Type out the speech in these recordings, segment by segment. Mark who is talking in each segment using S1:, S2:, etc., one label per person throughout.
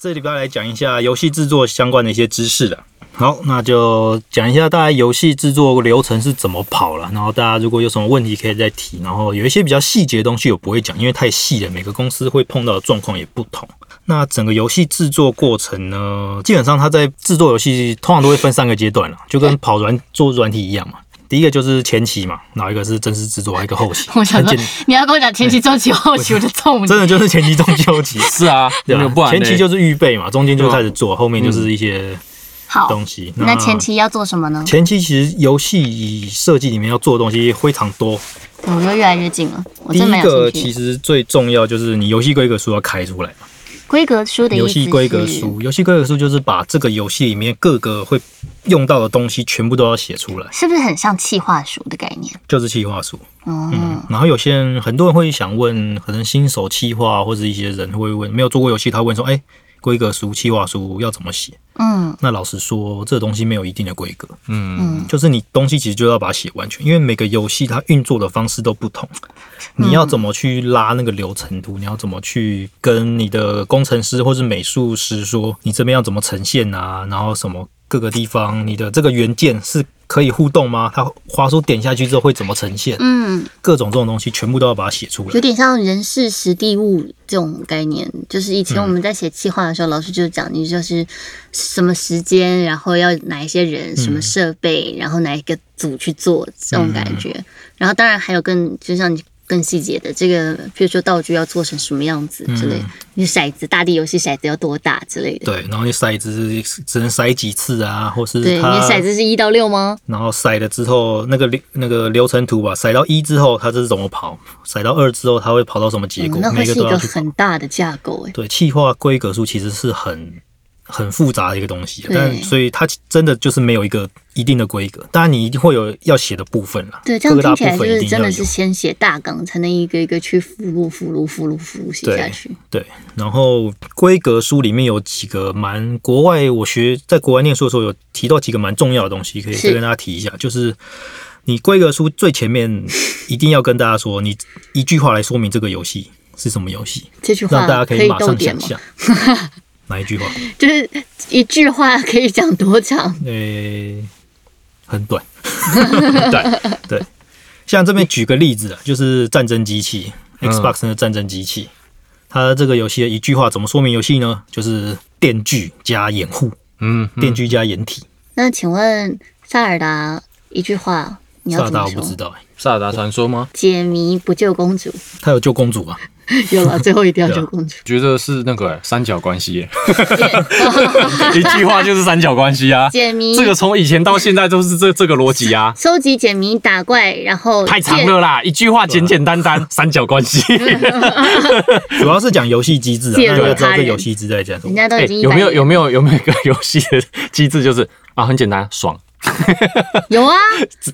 S1: 这里边来讲一下游戏制作相关的一些知识的。好，那就讲一下大概游戏制作流程是怎么跑了，然后大家如果有什么问题可以再提，然后有一些比较细节的东西我不会讲，因为太细了，每个公司会碰到的状况也不同。那整个游戏制作过程呢，基本上它在制作游戏通常都会分三个阶段了，就跟跑软做软体一样嘛。第一个就是前期嘛，然后一个是正式制作，还有一个后期。
S2: 我想
S1: 很
S2: 说
S1: 简，
S2: 你要跟我讲前期、中期、后期，我就中你。
S1: 真的就是前期、中期、后期，
S3: 是 啊，
S1: 对
S3: 没有
S1: 吧
S3: 不？然
S1: 前
S3: 嘞啊嗯
S1: 期就是预备嘛，中间就开始做，后面就是一些
S2: 好，
S1: 东西。
S2: 哦那前期要做什么呢？
S1: 前期其实游戏设计里面要做的东西非常多。
S2: 我又越来越近了，我
S1: 第
S2: 真没
S1: 一
S2: 有
S1: 个
S2: 兴
S1: 其
S2: 趣。
S1: 实最重要就是你游戏规格书要开出来嘛。
S2: 规格书的意
S1: 游
S2: 思
S1: 戏规格书，游戏规格书就是把这个游戏里面各个会用到的东西全部都要写出来，
S2: 是是不是很像企划书的概念？
S1: 就是企划书。
S2: 哦、
S1: 嗯，然后有些人很多人会想问，可能新手企划或者一些人会问，没有做过游戏，他问说，哎、规格书、企划书要怎么写？
S2: 嗯，
S1: 那老实说，这东西没有一定的规格，
S3: 嗯，
S1: 就是你东西其实就要把它写完全，因为每个游戏它运作的方式都不同，
S2: 嗯
S1: 你要怎么去拉那个流程图，你要怎么去跟你的工程师或是美术师说，你这边要怎么呈现啊，然后什么各个地方，你的这个元件是可以互动吗？它滑鼠点下去之后会怎么呈现？
S2: 嗯，
S1: 各种这种东西全部都要把它写出
S2: 有
S1: 来。
S2: 点像人事实地物这种概念。就是以
S1: 嗯
S2: 前我们在写企划的时候，老师就讲你就是什么时间，然后要哪一些人、什
S1: 嗯
S2: 么设备，然后哪一个组去做这种感觉。然后当然还有更，就像你。更细节的，这个比如说道具要做成什么样子之类，你骰子大地游戏骰子要多大之类的。
S1: 嗯对，然后你骰子只能骰几次啊，或是
S2: 对，你
S1: 它
S2: 的骰子是一到六吗？
S1: 然后筛了之后，那个流那个流程图吧，筛到一之后，它这是怎么跑？筛到二之后，它会跑到什么结果？
S2: 嗯那
S1: 每
S2: 会是
S1: 都
S2: 一
S1: 要
S2: 个
S1: 去跑。
S2: 很大的架构哎、
S1: 对，气化规格数其实是很很复杂的一个东西，
S2: 对
S1: 但所以它真的就是没有一个一定的规格，当然你一定会有要写的部分啦。
S2: 对，这
S1: 各
S2: 样
S1: 个大
S2: 听起来
S1: 部
S2: 就
S1: 分一
S2: 是
S1: 定
S2: 真
S1: 要
S2: 的
S1: 有。
S2: 是先写大纲，才能一个一个去附录、附录、附录、附录写下
S1: 对
S2: 去。
S1: 对，然后规格书里面有几个蛮国外，我学在国外念书的时候有提到几个蛮重要的东西，可以
S2: 是
S1: 再跟大家提一下，就是你规格书最前面一定要跟大家说，你一句话来说明这个游戏是什么游戏，
S2: 这句
S1: 让
S2: 话
S1: 大家可
S2: 以
S1: 以马
S2: 逗
S1: 上
S2: 点
S1: 想
S2: 吗？
S1: 象。哪一句话？
S2: 就是一句话可以讲多长？
S1: 呃、很短， 很短，对。像这边举个例子啊，就是战争机器
S3: 嗯
S1: ，Xbox 的战争机器，它这个游戏的一句话怎么说明游戏呢？就是电锯加掩护，
S3: 嗯，
S1: 电锯加掩体。
S2: 那请问萨尔达一句话你要
S1: 萨
S2: 怎
S1: 达
S2: 么
S1: 我不知
S2: 说？
S1: 道、欸，
S3: 萨尔达传说吗？
S2: 解谜不救公主，
S1: 它有救公主啊，
S2: 有了最后一定要
S1: 对啊
S2: 救公主。
S3: 觉得是那个、欸、三角关 系、欸， 一句话就是三角关系啊。
S2: 解谜
S3: 这个从以前到现在都是这这个逻辑啊，
S2: 收集解谜打怪，然后
S3: 太长
S2: 建
S3: 了啦，一句话简简单 单，三角关系。
S1: 主要是讲游戏机制啊，
S2: 介
S1: 那
S2: 入
S1: 你要知道
S2: 他
S1: 这
S2: 人
S1: 游戏机制在讲什
S2: 人
S1: 么。
S2: 家都
S3: 哎
S2: 已经
S3: 有没有
S2: 100
S3: 有没有有没有一个游戏的机制就是啊，很简单，爽，
S2: 有啊？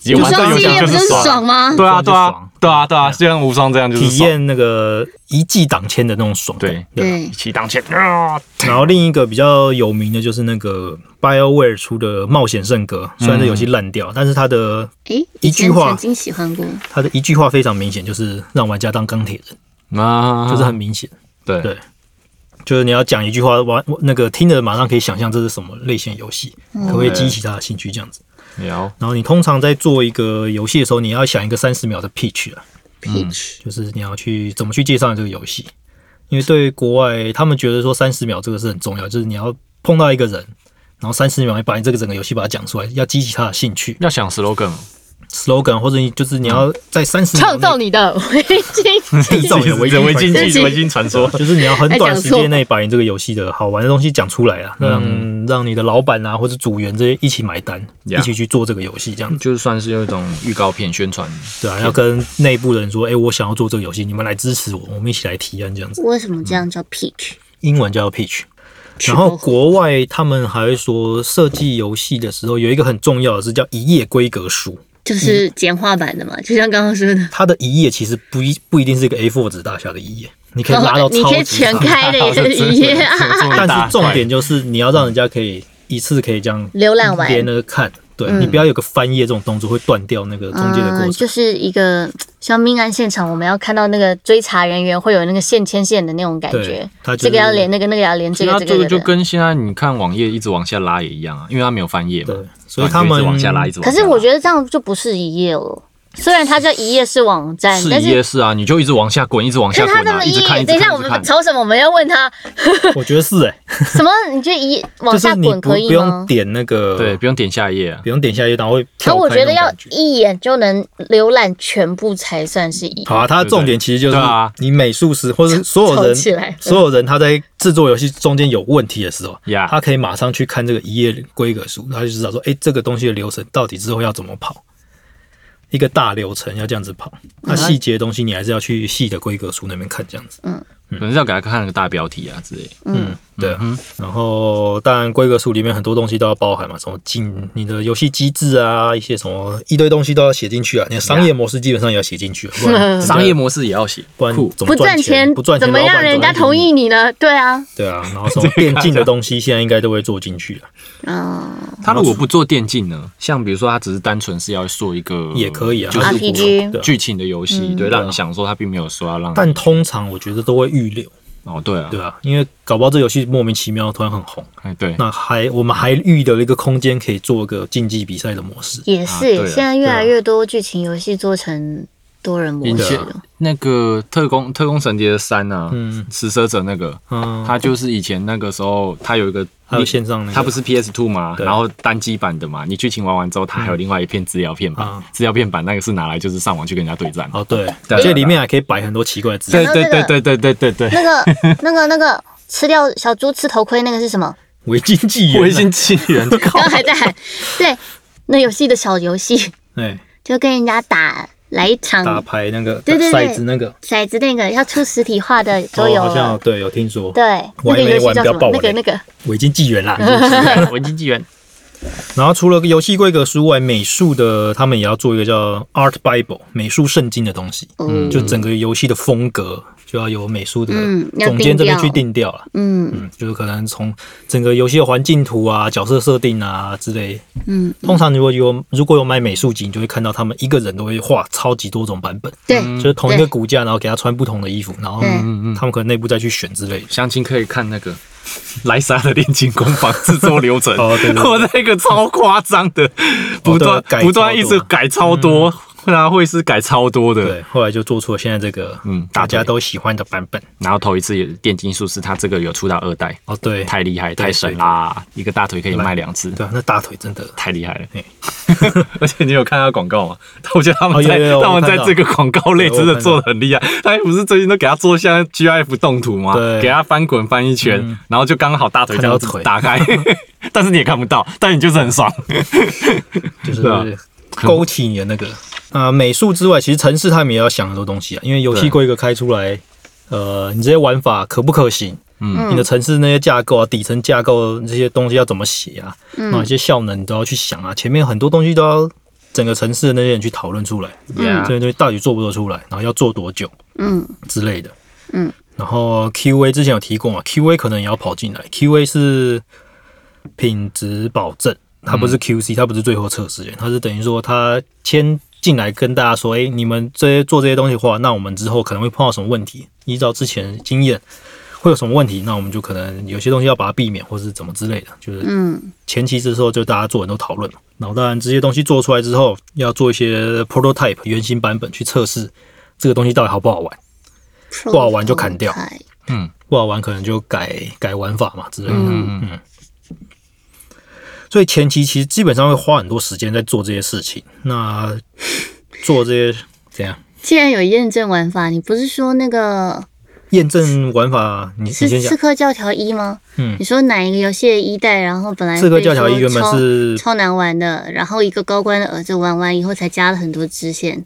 S3: 有玩
S1: 这
S3: 到
S1: 游
S2: 双系
S3: 游
S1: 戏
S3: 戏
S2: 列
S3: 就
S2: 不
S3: 是
S2: 是
S3: 爽。
S2: 爽吗？
S3: 对啊，
S1: 爽
S3: 对
S1: 就
S3: 啊
S1: 爽，
S3: 对啊，对啊，就像无双这样，就是
S1: 体
S3: 爽
S1: 验那个一骑挡千的那种爽感，
S3: 对
S1: 吧
S2: 对
S3: 一，起当前啊，
S1: 然后另一个比较有名的就是那个 BioWare 出的《冒险圣歌》，虽然这游戏烂掉，但是它的
S2: 诶，
S1: 一
S2: 以前
S1: 句话嗯
S2: 曾经喜欢过，
S1: 他的一句话非常明显，就是让玩家当钢铁人，
S3: 啊，
S1: 就是很明显。
S3: 对
S1: 对就是你要讲一句话，玩那个听的马上可以想象这是什么类型的游戏，可不可以激起他的兴趣这样子。
S3: 有
S1: 然后你通常在做一个游戏的时候，你要想一个三十秒的 pitch 啊，
S2: Peach，
S1: 就是你要去怎么去介绍这个游戏，因为对国外他们觉得说三十秒这个是很重要，就是你要碰到一个人，然后三十秒你把你这个整个游戏把它讲出来，要激起他的兴趣
S3: 要想 slogan，
S1: ，slogan 或者你就是你要在三十秒
S2: 创
S1: 内
S2: 造你的围巾。
S1: 制造你的
S3: 围
S1: 围巾传
S2: 对
S3: 巾
S2: 不
S3: 记
S2: 起
S3: 围巾传说，
S1: 就是你要很短时间内把你这个游戏的好玩的东西讲出来啊，让、让你的老板啊或者组员这些一起买单
S3: Yeah
S1: 一起去做这个游戏这样子，
S3: 就算是有一种预告片宣传，
S1: 对啊，要跟内部的人说，哎、我想要做这个游戏，你们来支持我，我们一起来提案这样子。
S2: 为什么这样叫 Peach？
S1: 英文叫 pitch。
S2: 去
S1: 然后
S2: 过
S1: 国外他们还会说，设计游戏的时候有一个很重要的是叫一页规格书，
S2: 就是简化版的嘛，就像刚刚说的，
S1: 它的一页其实不一不一定是一个 A4 纸大小的一页，你可以拉到
S2: 你
S1: 超
S2: 可以
S1: 级
S2: 全
S1: 长
S2: 开的也 是一页啊。
S3: 但
S1: 但是重点就是你要让人家可以一次可以这样
S2: 浏览完
S1: 连着看，对你不要有个翻页这种动作，会断掉那个中间的过
S2: 嗯，
S1: 程。
S2: 就是一个像命案现场，我们要看到那个追查人员会有那个线牵线的那种感觉
S1: 对，他就是
S2: 这个要连那个，那个要连这
S3: 所以
S2: 个，
S3: 它
S2: 这
S3: 这
S2: 个
S3: 个就
S2: 这个。
S3: 跟现在你看网页一直往下拉也一样啊，因为它没有翻页嘛
S1: 对，所以他
S3: 然后你就一
S1: 们
S3: 直往下拉，一直往
S2: 可
S3: 下拉。
S2: 是我觉得这样就不是一页了，虽然它叫一页式网站，
S3: 是
S2: 但
S3: 一
S2: 是
S3: 页是啊，你就一直往下滚，一直往下
S2: 可是它
S3: 滚
S2: 这
S3: 啊，
S2: 么
S3: 一
S2: 一
S3: 直看，一
S2: 页，
S3: 直
S2: 等一
S3: 看，
S2: 下我
S3: 一直
S2: 们
S3: 看。
S2: 吵什么？我们要问他
S1: 我觉得是哎、
S2: 什么？你就一往
S1: 就是
S2: 下
S1: 你
S2: 滚
S1: 不
S2: 可以
S1: 不用
S2: 吗？
S1: 点那个，
S3: 对，，不用点下一页啊。
S1: 不用点下一档会
S2: 可
S1: 跳
S2: 我
S1: 开那
S2: 觉
S1: 种
S2: 得要
S1: 感觉。
S2: 一眼就能浏览全部才算是一。
S1: 好啊，它的重点其实就是
S3: 对啊
S1: 你美术师或者所有
S2: 凑起
S1: 人
S2: 来，
S1: 所有人他在制作游戏中间有问题的时候
S3: Yeah
S1: 他可以马上去看这个一页规格书，他就知道说，哎、这个东西的流程到底之后要怎么跑，一个大流程要这样子跑，
S2: 嗯
S1: 那细节的东西你还是要去细的规格书那边看这样
S2: 嗯
S1: 子。
S3: 可能是要给他看那个大标题啊之类。
S1: 嗯，对啊。然后当然规格书里面很多东西都要包含嘛，什么进你的游戏机制啊，一些什么一堆东西都要写进去啊。你的商业模式基本上也要写进去啊，不
S2: 嗯
S1: 然
S3: 商业模式也要写，
S1: 不然
S3: 酷
S1: 怎
S2: 不
S1: 么
S2: 赚
S1: 赚
S2: 钱，
S1: 不赚钱
S2: 怎么
S1: 老
S2: 让
S1: 板
S2: 人
S1: 怎
S2: 家
S1: 么
S2: 同意你呢？对啊，
S1: 对啊，然后什么电竞的东西现在应该都会做进去了，啊
S2: 嗯
S3: 他如果不做电竞呢？像比如说，他只是单纯是要做一个
S1: 也可以啊
S3: 嗯就是古
S2: ，RPG
S1: 对啊
S3: 剧情的游戏，
S2: 嗯
S3: 对，让
S1: 对啊
S3: 你想说他并没有说要让你。
S1: 但通常我觉得都会预留，
S3: 哦，对啊
S1: 对，啊，因为搞不好这游戏莫名其妙突然很红，
S3: 哎对，
S1: 那还我们还预留了一个空间可以做个竞技比赛的模式。
S2: 也
S3: 啊
S2: 是
S3: 对
S2: 耶，
S3: 啊
S2: 现在越
S1: 对啊
S2: 来越多剧情游戏做成多人模
S3: 以
S1: 啊
S2: 式
S3: 前
S2: 了。
S3: 那个特工特工神谍三啊，
S1: 嗯
S3: 食蛇者那个，
S1: 嗯，
S3: 他就是以前那个时候，他有一个
S1: 还有线上那个
S3: 他不是 PS Two 嘛，
S1: 对
S3: 然后单机版的嘛，你剧情玩完之后，它还有另外一片资料片版
S1: 嗯，
S3: 资料片版那个是拿来就是上网去跟人家对战。
S1: 哦对，
S3: 对啊
S1: 而且里面还可以摆很多奇怪的资
S3: 对
S1: 料，
S3: 对对对对对对对，
S2: 那个、 那个、那个吃掉小猪吃头盔那个是什么？
S1: 维京纪元啊，
S3: 微信纪元，靠
S2: 刚刚还在喊，对，那游戏的小游戏
S1: 哎，
S2: 就跟人家打来一
S1: 打
S2: 场
S1: 牌那个
S2: 对对对
S1: 骰子那个，
S2: 骰子那个要出实体化的桌游
S1: 哦，好像有
S2: 了。
S1: 对有听说，
S2: 啊对，那
S1: 玩
S2: 个
S1: 一
S2: 游
S1: 没
S2: 戏
S1: 玩
S2: 叫
S1: 不
S2: 什
S1: 要
S2: 么
S1: 爆？
S2: 那
S1: 我
S2: 个
S1: 嘞
S2: 那个，
S1: 维京纪元啊啦，
S3: 维京纪元，
S1: 然后除了游戏规格书外，美术的他们也要做一个叫 Art Bible 美术圣经的东西，
S2: 嗯
S1: 就整个游戏的风格就要由美术的
S2: 嗯要
S1: 总监这边
S2: 定调
S1: 去定调了。
S2: 嗯
S1: 嗯，就是可能从整个游戏的环境图啊、角色设定啊之类。
S2: 嗯，
S1: 通常如果有如果有买美术集，你就会看到他们一个人都会画超级多种版本，
S2: 对，
S3: 嗯
S1: 就是同一个骨架，然后给他穿不同的衣服，然后
S2: 对
S1: 他们可能内部再去选之类的。
S3: 相亲可以看那个莱莎的炼金工坊制作流程，
S1: 哦对对对哦啊
S3: 我那个超夸张的，不断、
S1: 改
S3: 不断
S1: 超
S3: 一
S1: 多嗯
S3: 直改超多，那会是改超多的
S1: 对，。后来就做出了现在这个
S3: 嗯
S1: 大家都喜欢的版本。
S3: 然后头一次也电竞术士，他这个有出到二代，
S1: 哦，对，
S3: 太厉害，
S1: 对
S3: 太神啦！一个大腿可以卖两次，
S1: 对啊，那大腿真的
S3: 太厉害了
S1: 嘿。
S3: 而且你有看他的广告吗？ 我觉得他们
S1: 哦有
S3: 在、
S1: 有有
S3: 他们
S1: 我看
S3: 在
S1: 到
S3: 这个广告类真
S1: 对我看
S3: 的
S1: 到
S3: 做的很厉害。他不是最近都给他做像 GIF 动图吗？
S1: 对
S3: 给他翻滚翻一圈，然后就刚好大嗯腿这样子
S1: 看到腿
S3: 打 开，但是你也看不到，但你就是很爽。
S1: 就是
S3: 对啊
S1: 勾起你的那个啊、呃美术之外，其实城市他们也要想很多东西啊，因为游戏
S3: 对
S1: 规格开出来，呃，你这些玩法可不可行？
S3: 嗯
S1: 你的城市那些架构啊，底层架构这些东西要怎么写啊？
S2: 嗯
S1: 然后一些效能你都要去想啊，前面很多东西都要整个城市的那些人去讨论出来，
S3: Yeah
S1: 这些东西到底做不做出来，然后要做多久
S2: 嗯
S1: 之类的。
S2: 嗯，
S1: 然后 QA 之前有提过嘛，QA 可能也要跑进来，QA 是品质保证，它不是 QC，、它不是最后测试员，它是等于说它先进来跟大家说，哎、你们这些做这些东西的话，那我们之后可能会碰到什么问题，依照之前经验会有什么问题，那我们就可能有些东西要把它避免，或是怎么之类的，就是
S2: 嗯
S1: 前期这时候就大家做很多讨论嘛，然后当然这些东西做出来之后，要做一些 prototype 原型版本去测试这个东西到底好不好玩，不好玩就砍掉
S2: prototype
S1: 不好玩可能就改改玩法嘛之类的。
S2: 嗯
S1: 嗯，所以前期其实基本上会花很多时间在做这些事情。那做这些怎样
S2: 既然有验证玩法，你不是说那个
S1: 验证玩法？你你
S2: 是
S1: 先
S2: 《
S1: 讲
S2: 刺。客教条一》吗？
S1: 嗯
S2: 你说哪一个游戏的一代，然后本来
S1: 刺客
S2: 被
S1: 教条
S2: 说
S1: 一原本
S2: 超
S1: 是
S2: 超难玩的，然后一个高官的儿子玩完以后才加了很多支线，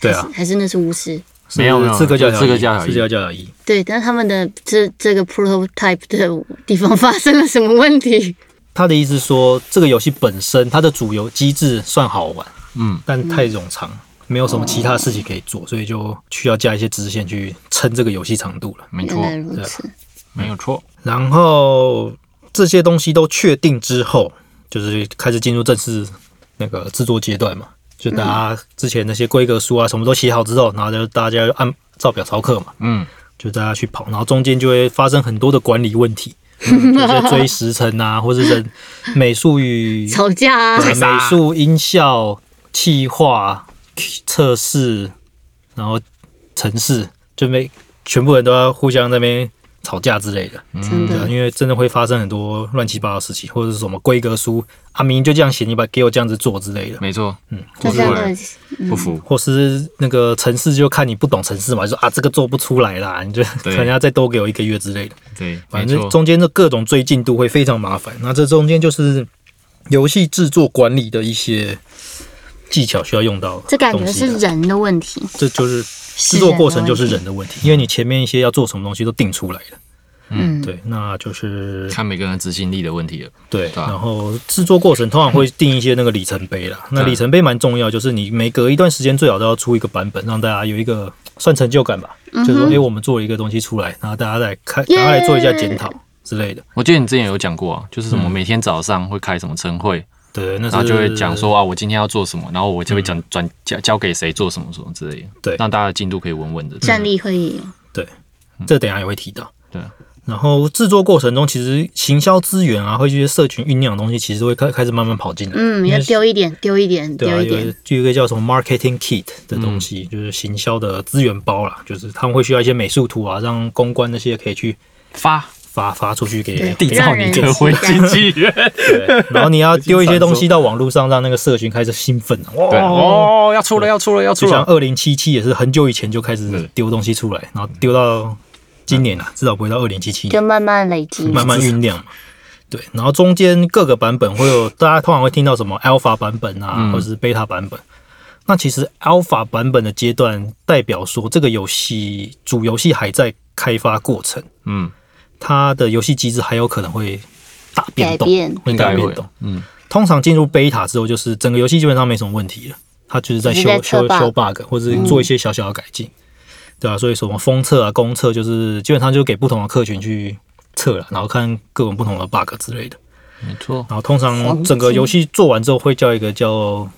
S1: 对啊，
S2: 还是那是巫师？
S1: 是
S3: 没有没有
S1: 刺客教条一
S3: 刺客教条一
S1: 刺客教条一。
S2: 对，但他们的这这个 prototype 的地方 发生了什么问题？
S1: 他的意思是说，这个游戏本身它的主游机制算好玩，
S3: 嗯，
S1: 但太冗长，没有什么其他事情可以做，所以就需要加一些支线去撑这个游戏长度了。
S3: 没
S2: 原
S3: 错，
S2: 来
S1: 啊
S2: 如此，
S3: 没有错。
S1: 然后这些东西都确定之后，就是开始进入正式那个制作阶段嘛。就大家之前那些规格书啊，什么都写好之后，然后就大家按照表操课嘛，
S3: 嗯，
S1: 就大家去跑，然后中间就会发生很多的管理问题，嗯就是追时程啊，或者是美术与
S2: 吵架啊，
S1: 呃美术、音效、气化、测试，然后城市，就每全部人都要互相在那边吵架之类的，
S3: 嗯
S2: 真
S1: 对啊，
S2: 的，
S1: 因为真的会发生很多乱七八糟的事情，或者是什么规格书啊，明明就这样写，你把给我这样子做之类的，
S3: 没错，
S1: 嗯，
S2: 大
S3: 我
S2: 家
S3: 是
S2: 都
S3: 会
S2: 很
S3: 不服，
S1: 或是那个城市就看你不懂城市嘛，就说啊这个做不出来啦，你就 可
S3: 对
S1: 能要再多给我一个月之类的。
S3: 对，没
S1: 反
S3: 错
S1: 正，中间的各种追进度会非常麻烦。那这中间就是游戏制作管理的一些技巧需要用到的东西啊
S2: 这
S1: 的。
S2: 感觉是人的问题，
S1: 这就是制
S2: 人啊
S1: 作
S2: 的
S1: 过程就是
S2: 问题
S1: 人的问题，因为你前面一些要做什么东西都定出来了。
S2: 嗯，
S1: 对，那就是
S3: 看每个人的执行力的问题了。
S1: 对，
S3: 对啊
S1: 然后制作过程通常会定一些那个里程碑啦。那
S3: 对啊
S1: 里程碑蛮重要，就是你每隔一段时间最好都要出一个版本，让大家有一个算成就感吧。
S2: 嗯
S1: 就是说，哎、我们做了一个东西出来，然后大家来看，大家来做一下检讨之类的。
S3: 我记得你之前有讲过啊，就是什么每天早上会开什么晨会，
S1: 对，那嗯是嗯
S3: 然后就会讲说啊，我今天要做什么，然后我就会转转交交给谁做什么什么之类的，
S1: 对
S3: 让大家的进度可以稳稳的。
S2: 站立会议，
S1: 对，这等一下也会提到。
S3: 对，
S1: 然后制作过程中，其实行销资源啊，或者一些社群酝酿的东西，其实会开开始慢慢跑进来。
S2: 嗯，
S1: 因
S2: 要
S1: 为
S2: 丢一点，丢一点，
S1: 对
S2: 丢
S1: 啊，
S2: 一
S1: 有
S2: 点，
S1: 就有一个叫什么 marketing kit 的
S3: 嗯
S1: 东西，就是行销的资源包啦，就是他们会需要一些美术图啊，让公关那些可以去
S3: 发
S1: 发发出去给
S2: 对
S1: 给
S2: 让人
S1: 给
S2: 期待
S3: 的回经纪 人，
S1: 对然后你 要丢一些东西到网络上，让那个社群开始兴奋啊
S3: 对
S1: 哦，
S3: 哦，要出了，要出了，要出
S1: 就像
S3: 了。
S1: 二零七七也是很久以前就开始
S3: 对
S1: 丢东西出来，然后丢到今年
S2: 嗯
S1: 啊，至少不会到二零七七
S2: 就慢慢累积，
S1: 慢慢酝酿嘛。对，然后中间各个版本会有，大家通常会听到什么 alpha 版本啊，或者是 beta 版本。那其实 alpha 版本的阶段，代表说这个游戏主游戏还在开发过程，
S3: 嗯，
S1: 它的游戏机制还有可能会大变
S2: 改
S1: 动，
S2: 变
S1: 会
S3: 应
S1: 大
S3: 该
S1: 变
S3: 会
S1: 动。。
S3: 嗯，
S1: 通常进入 beta 之后，就是整个游戏基本上没什么问题了，它就是在
S2: 只
S1: 修
S2: 是在测
S1: 修
S2: bug
S1: 修 bug 或者做一些小小的改进，对啊，所以什么封测啊、公测，就是基本上就给不同的客群去测了，然后看各种不同的 bug 之类的。
S3: 没错，
S1: 然后通常整个游戏做完之后，会叫一个叫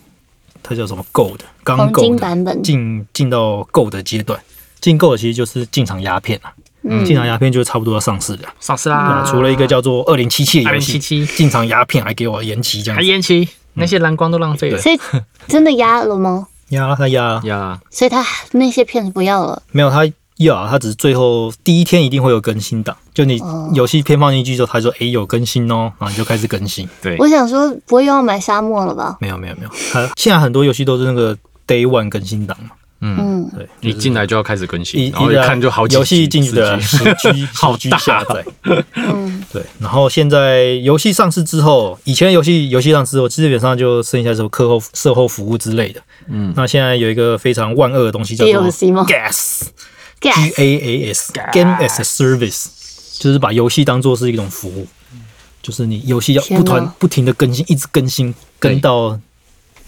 S1: 它叫什么 Gold 刚
S2: 黄哦金
S1: Gold
S2: 版本，
S1: 进进到 Gold 的阶段，进 Gold 其实就是进场鸦片啊，
S2: 嗯
S1: 进场鸦片就差不多要上市了。
S3: 上市
S1: 啊，除
S3: 嗯
S1: 了一个叫做二零七七的游戏，嗯
S3: 2077
S1: 进场鸦片还给我延期这样子，
S3: 延期，那些蓝光都浪费 了。
S2: 所以真的压了吗？
S1: 压了他压了，
S3: 呀，
S2: 所以他那些片子不要了，
S1: 没有他要啊，他只是最后第一天一定会有更新档，就你
S2: 哦
S1: 游戏片放进去之后，他说诶有更新哦，然后你就开始更新，
S3: 对，
S2: 我想说不会又要买沙漠了吧？
S1: 没有没有没有，他现在很多游戏都是那个 day one 更新档嘛，
S3: 嗯，
S2: 嗯，
S1: 对，
S3: 一进来就要开始更
S1: 一
S3: 新，然后一
S1: 来
S3: 看就好几集
S1: 游戏进去的
S3: 十集
S1: 十 G
S3: 好
S1: 10 G
S3: 大啊
S1: 下载，对，然后现在游戏上市之后，以前游戏游戏上市之后，基本上就剩下什么课后售后服务之类的，
S3: 嗯，
S1: 那现在有一个非常万恶的东西叫做
S2: DLC 吗
S1: Gas。G
S2: Gas
S1: E A A S Game as a Service，就是把游戏当做是一种服务，就是你游戏要
S2: 天
S1: 不
S2: 哪
S1: 断不停的更新，一直更新，
S3: 对
S1: 跟到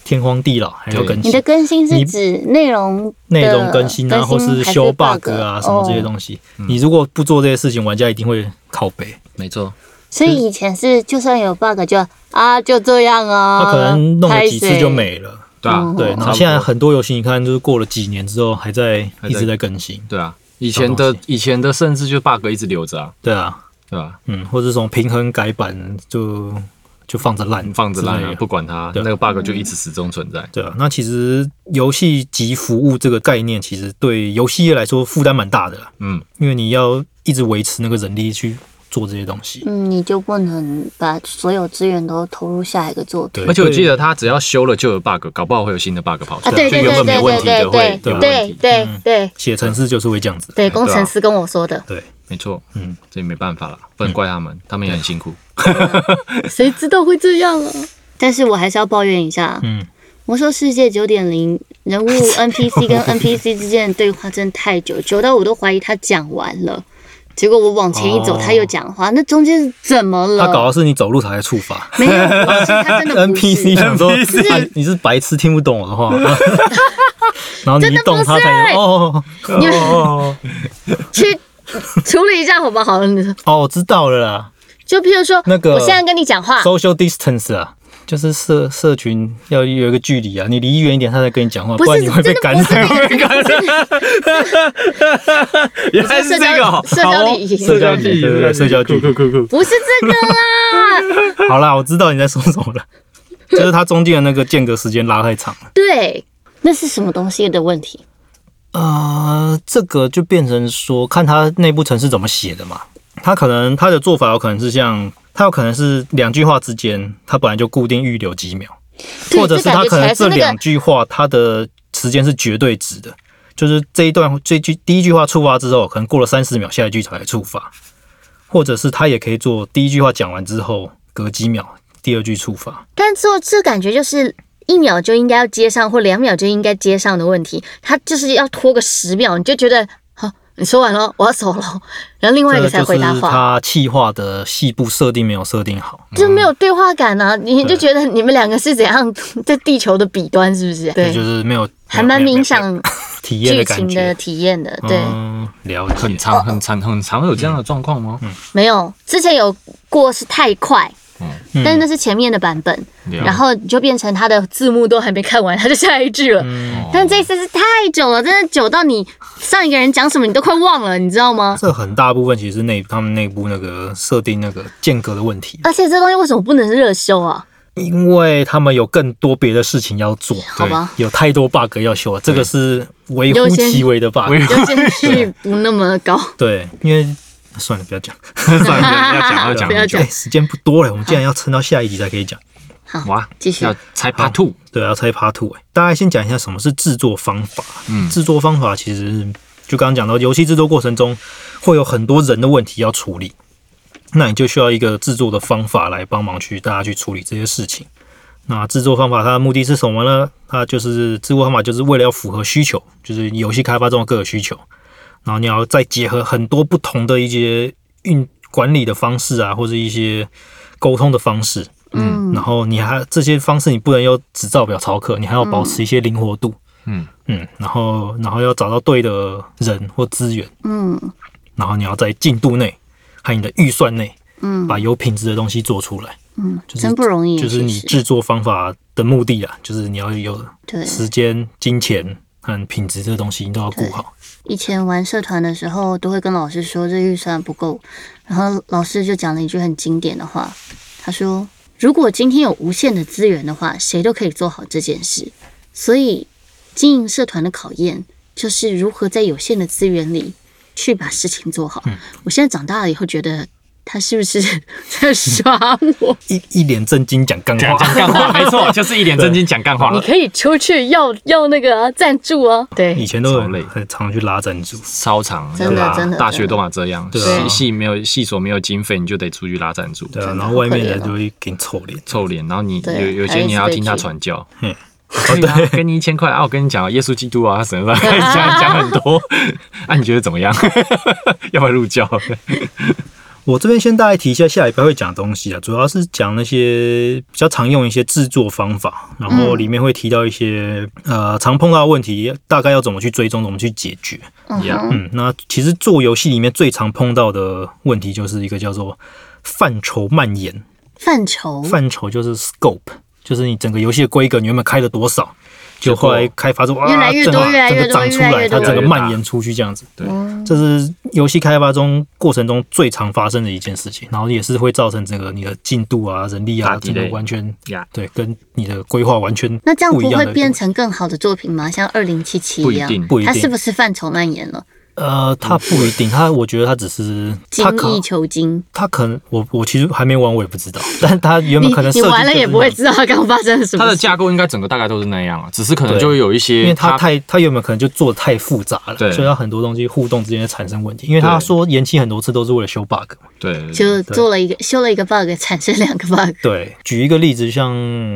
S1: 天荒地老还要
S3: 对
S1: 更
S2: 你
S1: 新
S2: 的，更新是指内容的
S1: 内容更新啊，或
S2: 更新
S1: 是
S2: 还
S1: 修
S2: bug 哦
S1: bug 啊什么这些
S2: 西。
S1: 东西，你如果不做这些事情，玩家一定会靠背。
S3: 没错，
S2: 所以以前是就算有 bug 就啊就这样啊，
S1: 他可能弄了
S2: 拍
S1: 几次就
S2: 谁。
S1: 没了，
S3: 对啊
S2: 嗯，
S1: 对。然
S3: 差不
S1: 后
S3: 多
S1: 现在很多游戏，你看就是过了几年之后，还在
S3: 还在
S1: 一直在更新，
S3: 对啊，以前
S1: 小
S3: 的
S1: 东
S3: 以前的甚至就 bug 一直留着啊，
S1: 对啊，
S3: 对吧？
S1: 嗯，或者什么平衡改版就就放着烂，
S3: 放着烂
S1: 之类
S3: 啊，
S1: 的
S3: 不管它，
S1: 对
S3: 那个 bug 就一直始终存在。
S1: 对啊，那其实游戏及服务这个概念，其实对游戏业来说负担蛮大的啦，
S3: 嗯，
S1: 因为你要一直维持那个人力去做这些东西。
S2: 嗯，你就不能把所有资源都投入下一个作品。
S1: 对，
S3: 而且我记得它只要修了就有 bug，搞不好会有新的 bug 跑出
S2: 啊，
S3: 来，
S2: 对
S3: 就
S2: 对
S3: 原
S2: 对
S3: 本没
S2: 对
S3: 问
S2: 对
S3: 题
S2: 对
S3: 的会有
S1: 嗯
S2: 对
S3: 问
S2: 对
S3: 题。
S2: 对对
S1: 写程式就是会这样子。
S2: 对，工程师跟我说的，
S1: 对，
S3: 没错，
S1: 嗯，
S3: 这也没办法了，不能怪他们，他们也很辛苦。
S2: 谁知道会这样啊？但是我还是要抱怨一下，
S1: 嗯，
S2: 魔兽世界九点零 人物 NPC 跟 NPC 之间的对话真的太久，久到我都怀疑他讲完了。结果我往前一走，
S1: 哦
S2: 他又讲话，那中间是怎么了？
S1: 他啊搞的是你走路才会触 发。
S2: 没有，我是他真的不是
S1: NPC 想 说
S3: NPC
S1: 啊你是白痴听不懂我的话， 然后你一动他才
S2: 真的不是欸
S1: 哦
S2: 你们
S1: 哦
S2: 去处理一下好不好？
S1: 哦，我知道了啦。
S2: 就譬如说，
S1: 那个
S2: 我现在跟你讲话，
S1: social distance 啊，就是社社群要有一个距离啊，你离远一点，他才跟你讲话，
S2: 不是
S1: 然你会被
S2: 真的
S1: 感
S2: 不是
S1: 染，
S2: 这
S1: 会被
S2: 个
S1: 感染。
S3: 原来是这个哦，
S2: 社交
S3: 好哦
S2: 礼仪
S3: 社交礼仪，
S1: 对对对社交距离
S3: 酷酷酷酷。
S2: 不是这个啊啦。
S1: 好啦，我知道你在说什么了，就是它中间的那个间隔时间拉太长了。
S2: 对，那是什么东西的问题？
S1: 呃，这个就变成说，看它内部程式怎么写的嘛。它可能它的做法有可能是像，它有可能是两句话之间，它本来就固定预留几秒，
S2: 对
S1: 或者是
S2: 这感
S1: 它
S2: 觉
S1: 可能
S2: 起
S1: 这
S2: 来是那个
S1: 两句话它的时间是绝对值的，就是这一段这句第一句话触发之后，可能过了三十秒，下一句才触发，或者是它也可以做第一句话讲完之后隔几秒，第二句触发。
S2: 但这这感觉就是一秒就应该要接上，或两秒就应该接上的问题，他就是要拖个十秒，你就觉得好、你说完了，我要走了，然后另外
S1: 这
S2: 一个
S1: 个
S2: 才
S1: 就
S2: 回答
S1: 是嗯
S2: 话，
S1: 它气化的细部设定没有设定好。
S2: 就没有对话感啊！你就觉得你们两个是怎样在地球的彼端，是不是？
S1: 这就
S2: 对，
S1: 是没有，
S2: 还蛮
S1: 没有
S2: 影响
S1: 体验
S2: 剧
S1: 的感
S2: 情的
S1: 觉。
S2: 体验的。对，
S1: 嗯，了解。
S3: 很长很长很长会有这样的状况吗？
S2: 没有之前有过是太快，
S3: 哦嗯
S2: 但是那是前面的版本，
S3: 了
S2: 然后你就变成他的字幕都还没看完，他就下一句了。
S3: 嗯
S2: 但这次是太久了，真的久到你上一个人讲什么你都快忘了，你知道吗？
S1: 这很大部分其实是内他们内部那个设定那个间隔的问题，
S2: 而且这东西为什么不能热修 啊？
S1: 因为他们有更多别的事情要做，
S2: 好吧，
S1: 有太多 bug 要修了，这个是微乎
S2: 优先
S1: 其微的 bug。
S3: 微
S2: 优先序不那么高，
S1: 对，因为算了，不要讲，
S3: 算了，要讲要讲
S2: 不要
S3: 要
S2: 讲
S1: 哎，时间不多了，我们竟然要撑到下一集才可以讲。
S2: 好
S3: 哇，
S2: 继续
S3: 要拆 Part Two，
S1: 对啊，要拆 Part Two、欸。大家先讲一下什么是制作方法。
S3: 嗯
S1: 制作方法其实就刚刚讲到，游戏制作过程中会有很多人的问题要处理，那你就需要一个制作的方法来帮忙去大家去处理这些事情。那制作方法它的目的是什么呢？它就是制作方法就是为了要符合需求，就是游戏开发中的各个需求，然后你要再结合很多不同的一些运管理的方式啊，或者一些沟通的方式，
S2: 嗯，
S1: 然后你还这些方式，你不能用只照表操课，你还要保持一些灵活度。
S3: 嗯
S1: 嗯，然后然后要找到对的人或资源，
S2: 嗯
S1: 然后你要在进度内和你的预算内，
S2: 嗯
S1: 把有品质的东西做出来。
S2: 嗯，
S1: 就是
S2: 真不容易，
S1: 就是你
S2: 其实
S1: 制作方法的目的啊，就是你要有
S2: 对。
S1: 时间、金钱和品质这东西，你都要顾好。
S2: 以前玩社团的时候，都会跟老师说这预算不够，然后老师就讲了一句很经典的话，他说：“如果今天有无限的资源的话，谁都可以做好这件事。”所以，经营社团的考验就是如何在有限的资源里去把事情做好。我现在长大了以后，觉得他是 不是在耍我？
S1: 一一脸正经讲干
S3: 讲
S1: 话，
S3: 讲干 话，没错，就是一脸正经讲干话
S2: 你。可以出去要要那个啊赞、助啊，
S1: 以
S2: 对，
S1: 前都
S3: 超累
S1: 很很常去拉赞助。
S3: 超长，
S2: 真的
S3: 要拉
S2: 真的
S3: 大学都嘛这样，
S1: 对啊
S3: 系系没有系所没有经费，你就得出去拉赞助，
S1: 对啊，
S2: 真的
S1: 然后外面
S2: 好
S1: 人
S2: 可怜哦
S1: 就会给你臭脸。
S3: 臭脸，然后你有
S2: 对
S3: 有
S2: 还一
S3: 些你
S2: 直
S3: 还要
S2: 被
S3: 听他
S2: 拒
S3: 传教，
S1: 嗯，
S3: 可以啊，给你一千块啊！我跟你讲啊，耶稣基督啊，什么的 讲讲很多啊，你觉得怎么样？ 要不要入教？
S1: 我这边先大概提一下下礼拜会讲的东西啊，主要是讲那些比较常用一些制作方法，然后里面会提到一些、呃常碰到的问题，大概要怎么去追踪，怎么去解决。
S2: 嗯
S3: 呀
S2: 哼，
S1: 嗯，那其实做游戏里面最常碰到的问题就是一个叫做范畴蔓延，
S2: 范畴，
S1: 范畴就是 scope，就是你整个游戏的规格，你原本开了多少。就后来开发出哇，
S2: 越来越多
S1: 整个
S2: 越来越
S1: 整
S2: 多
S1: 个长出
S2: 越来
S1: 来，
S2: 越
S1: 它
S2: 多
S1: 整个蔓延出去这样子。
S3: 对，
S1: 这是游戏开发中过程中最常发生的一件事情，然后也是会造成这个你的进度啊、人力啊，
S3: 大
S1: 整
S3: delay
S1: 个完全
S3: 呀
S1: 对，跟你的规划完全
S2: 那这样
S1: 不
S2: 不
S1: 一样
S2: 会
S1: 的一个
S2: 变成更好的作品吗？像二零七七
S3: 不
S2: 一
S3: 一
S2: 样，
S3: 定，
S1: 不一
S2: 它是
S1: 定
S2: 不是范畴蔓延了？
S1: 呃，它不一定，它我觉得它只是
S2: 精
S1: 它可
S2: 益求精，
S1: 它可能我我其实还没玩，我也不知道，但它原
S2: 你
S1: 本可能
S2: 你
S1: 设计
S2: 玩了
S1: 就是
S2: 也不
S1: 那
S2: 会
S1: 样，
S2: 知道刚刚发生了什么
S3: 它
S2: 事。
S3: 的架构应该整个大概都是那样啊，只是可能
S1: 对
S3: 就会有一些
S1: 因为它太它原本可能就做的太复杂了，
S3: 对
S1: 所以它很多东西互动之间产生问题，因为他
S3: 对
S1: 说延期很多次都是为了修 bug 嘛。
S3: 对对对
S2: 就做了一个修了一个 bug，产生两个 bug。
S1: 对，举一个例子，像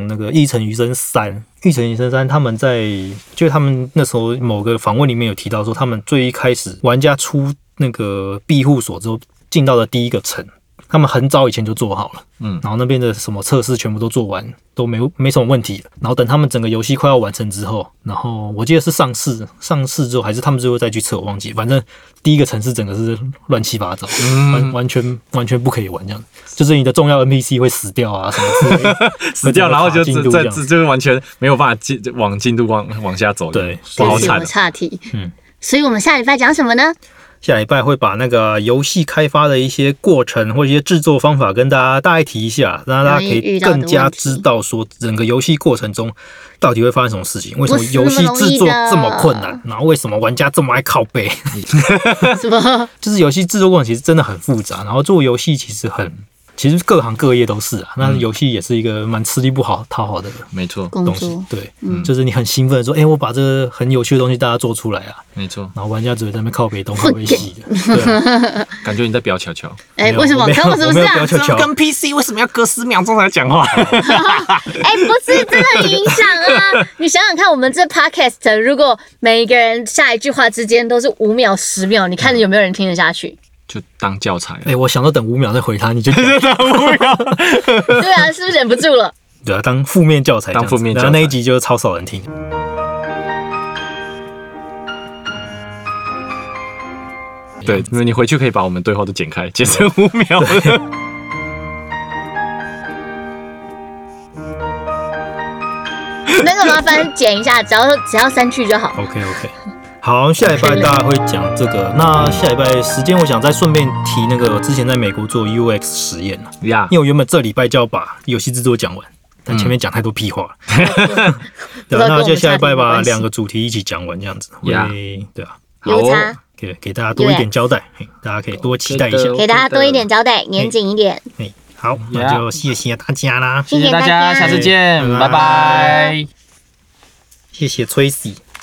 S1: 那个《一城余生三》，《一城余生三》他们在就他们那时候某个访问里面有提到说，他们最一开始玩家出那个庇护所之后进到的第一个城，他们很早以前就做好了，
S3: 嗯
S1: 然后那边的什么测试全部都做完，都没有没什么问题了。然后等他们整个游戏快要完成之后，然后我记得是上市，上市之后还是他们最后再去测，我忘记。反正第一个城市整个是乱七八糟，
S3: 嗯
S1: 完完全完全不可以玩这样，就是你的重要 NPC 会死掉啊什么之类的，
S3: 死掉，然后就
S1: 会整个卡进度
S3: 这这
S1: 这样
S3: 这就是完全没有办法进往进度往往下走，
S1: 对
S3: 不好
S2: 对不起我
S3: 惨啊
S2: 们。岔题。
S1: 嗯，
S2: 所以我们下礼拜讲什么呢？
S1: 下礼拜会把那个游戏开发的一些过程或一些制作方法跟大家大概提一下，让大家可以更加知道说整个游戏过程中到底会发生什么事情，为什么游戏制作这么困难，然后为什么玩家这么爱靠背，
S2: 什么？
S1: 就是游戏制作过程其实真的很复杂，然后做游戏其实很，其实各行各业都是啊，那游戏也是一个蛮吃力不好讨好的
S3: 没错，
S2: 工
S1: 东西
S2: 作，
S1: 对，就是你很兴奋地说，哎、我把这个很有趣的东西大家做出来啊，
S3: 没错，
S1: 然后玩家只会在那边靠北东靠北西的，对啊。
S3: 感觉你在表乔乔，
S2: 哎、
S1: 没有
S2: 为什么？
S1: 我没有
S2: 看 我什么事
S1: 我没
S2: 啊
S1: 有？表乔乔
S3: PC 为什么要隔十秒钟才讲话？
S2: 哎、不是，这很影响啊！ 你想想看，我们这 podcast 如果每一个人下一句话之间都是五秒、十秒，你看有没有人听得下去？
S3: 就当教材
S1: 哎、我想到等五秒再回他，你就
S2: 对啊，是不是忍不住了？
S1: 对啊，当负面教材这样子，
S3: 当负面教材
S1: 然后那一集就是超少人听。
S3: 对，因为你回去可以把我们对话都剪开，剪成五秒。
S2: 那个麻烦剪一下，只要只要删去就好。
S1: OK OK，好，下礼拜大家会讲这个。那下礼拜时间，我想再顺便提那个我之前在美国做 UX 实验啊
S3: 呀
S1: 因为我原本这礼拜就要把游戏制作讲完，但
S3: 嗯
S1: 前面讲太多屁话 了。对啊，那就下礼拜把两个主题一起讲完，这样子会
S3: Yeah
S1: 对啊，
S3: 好
S2: 邮
S3: 哦
S2: 差
S1: 给给大家多一点交代，嘿大家可以多期待一下。
S2: 给大家多一点交代，严谨一点。
S1: 嘿，好，那就谢谢大家啦，
S2: 谢谢大家
S3: 下次见，
S1: 拜拜
S3: 拜拜
S1: 谢谢崔 C。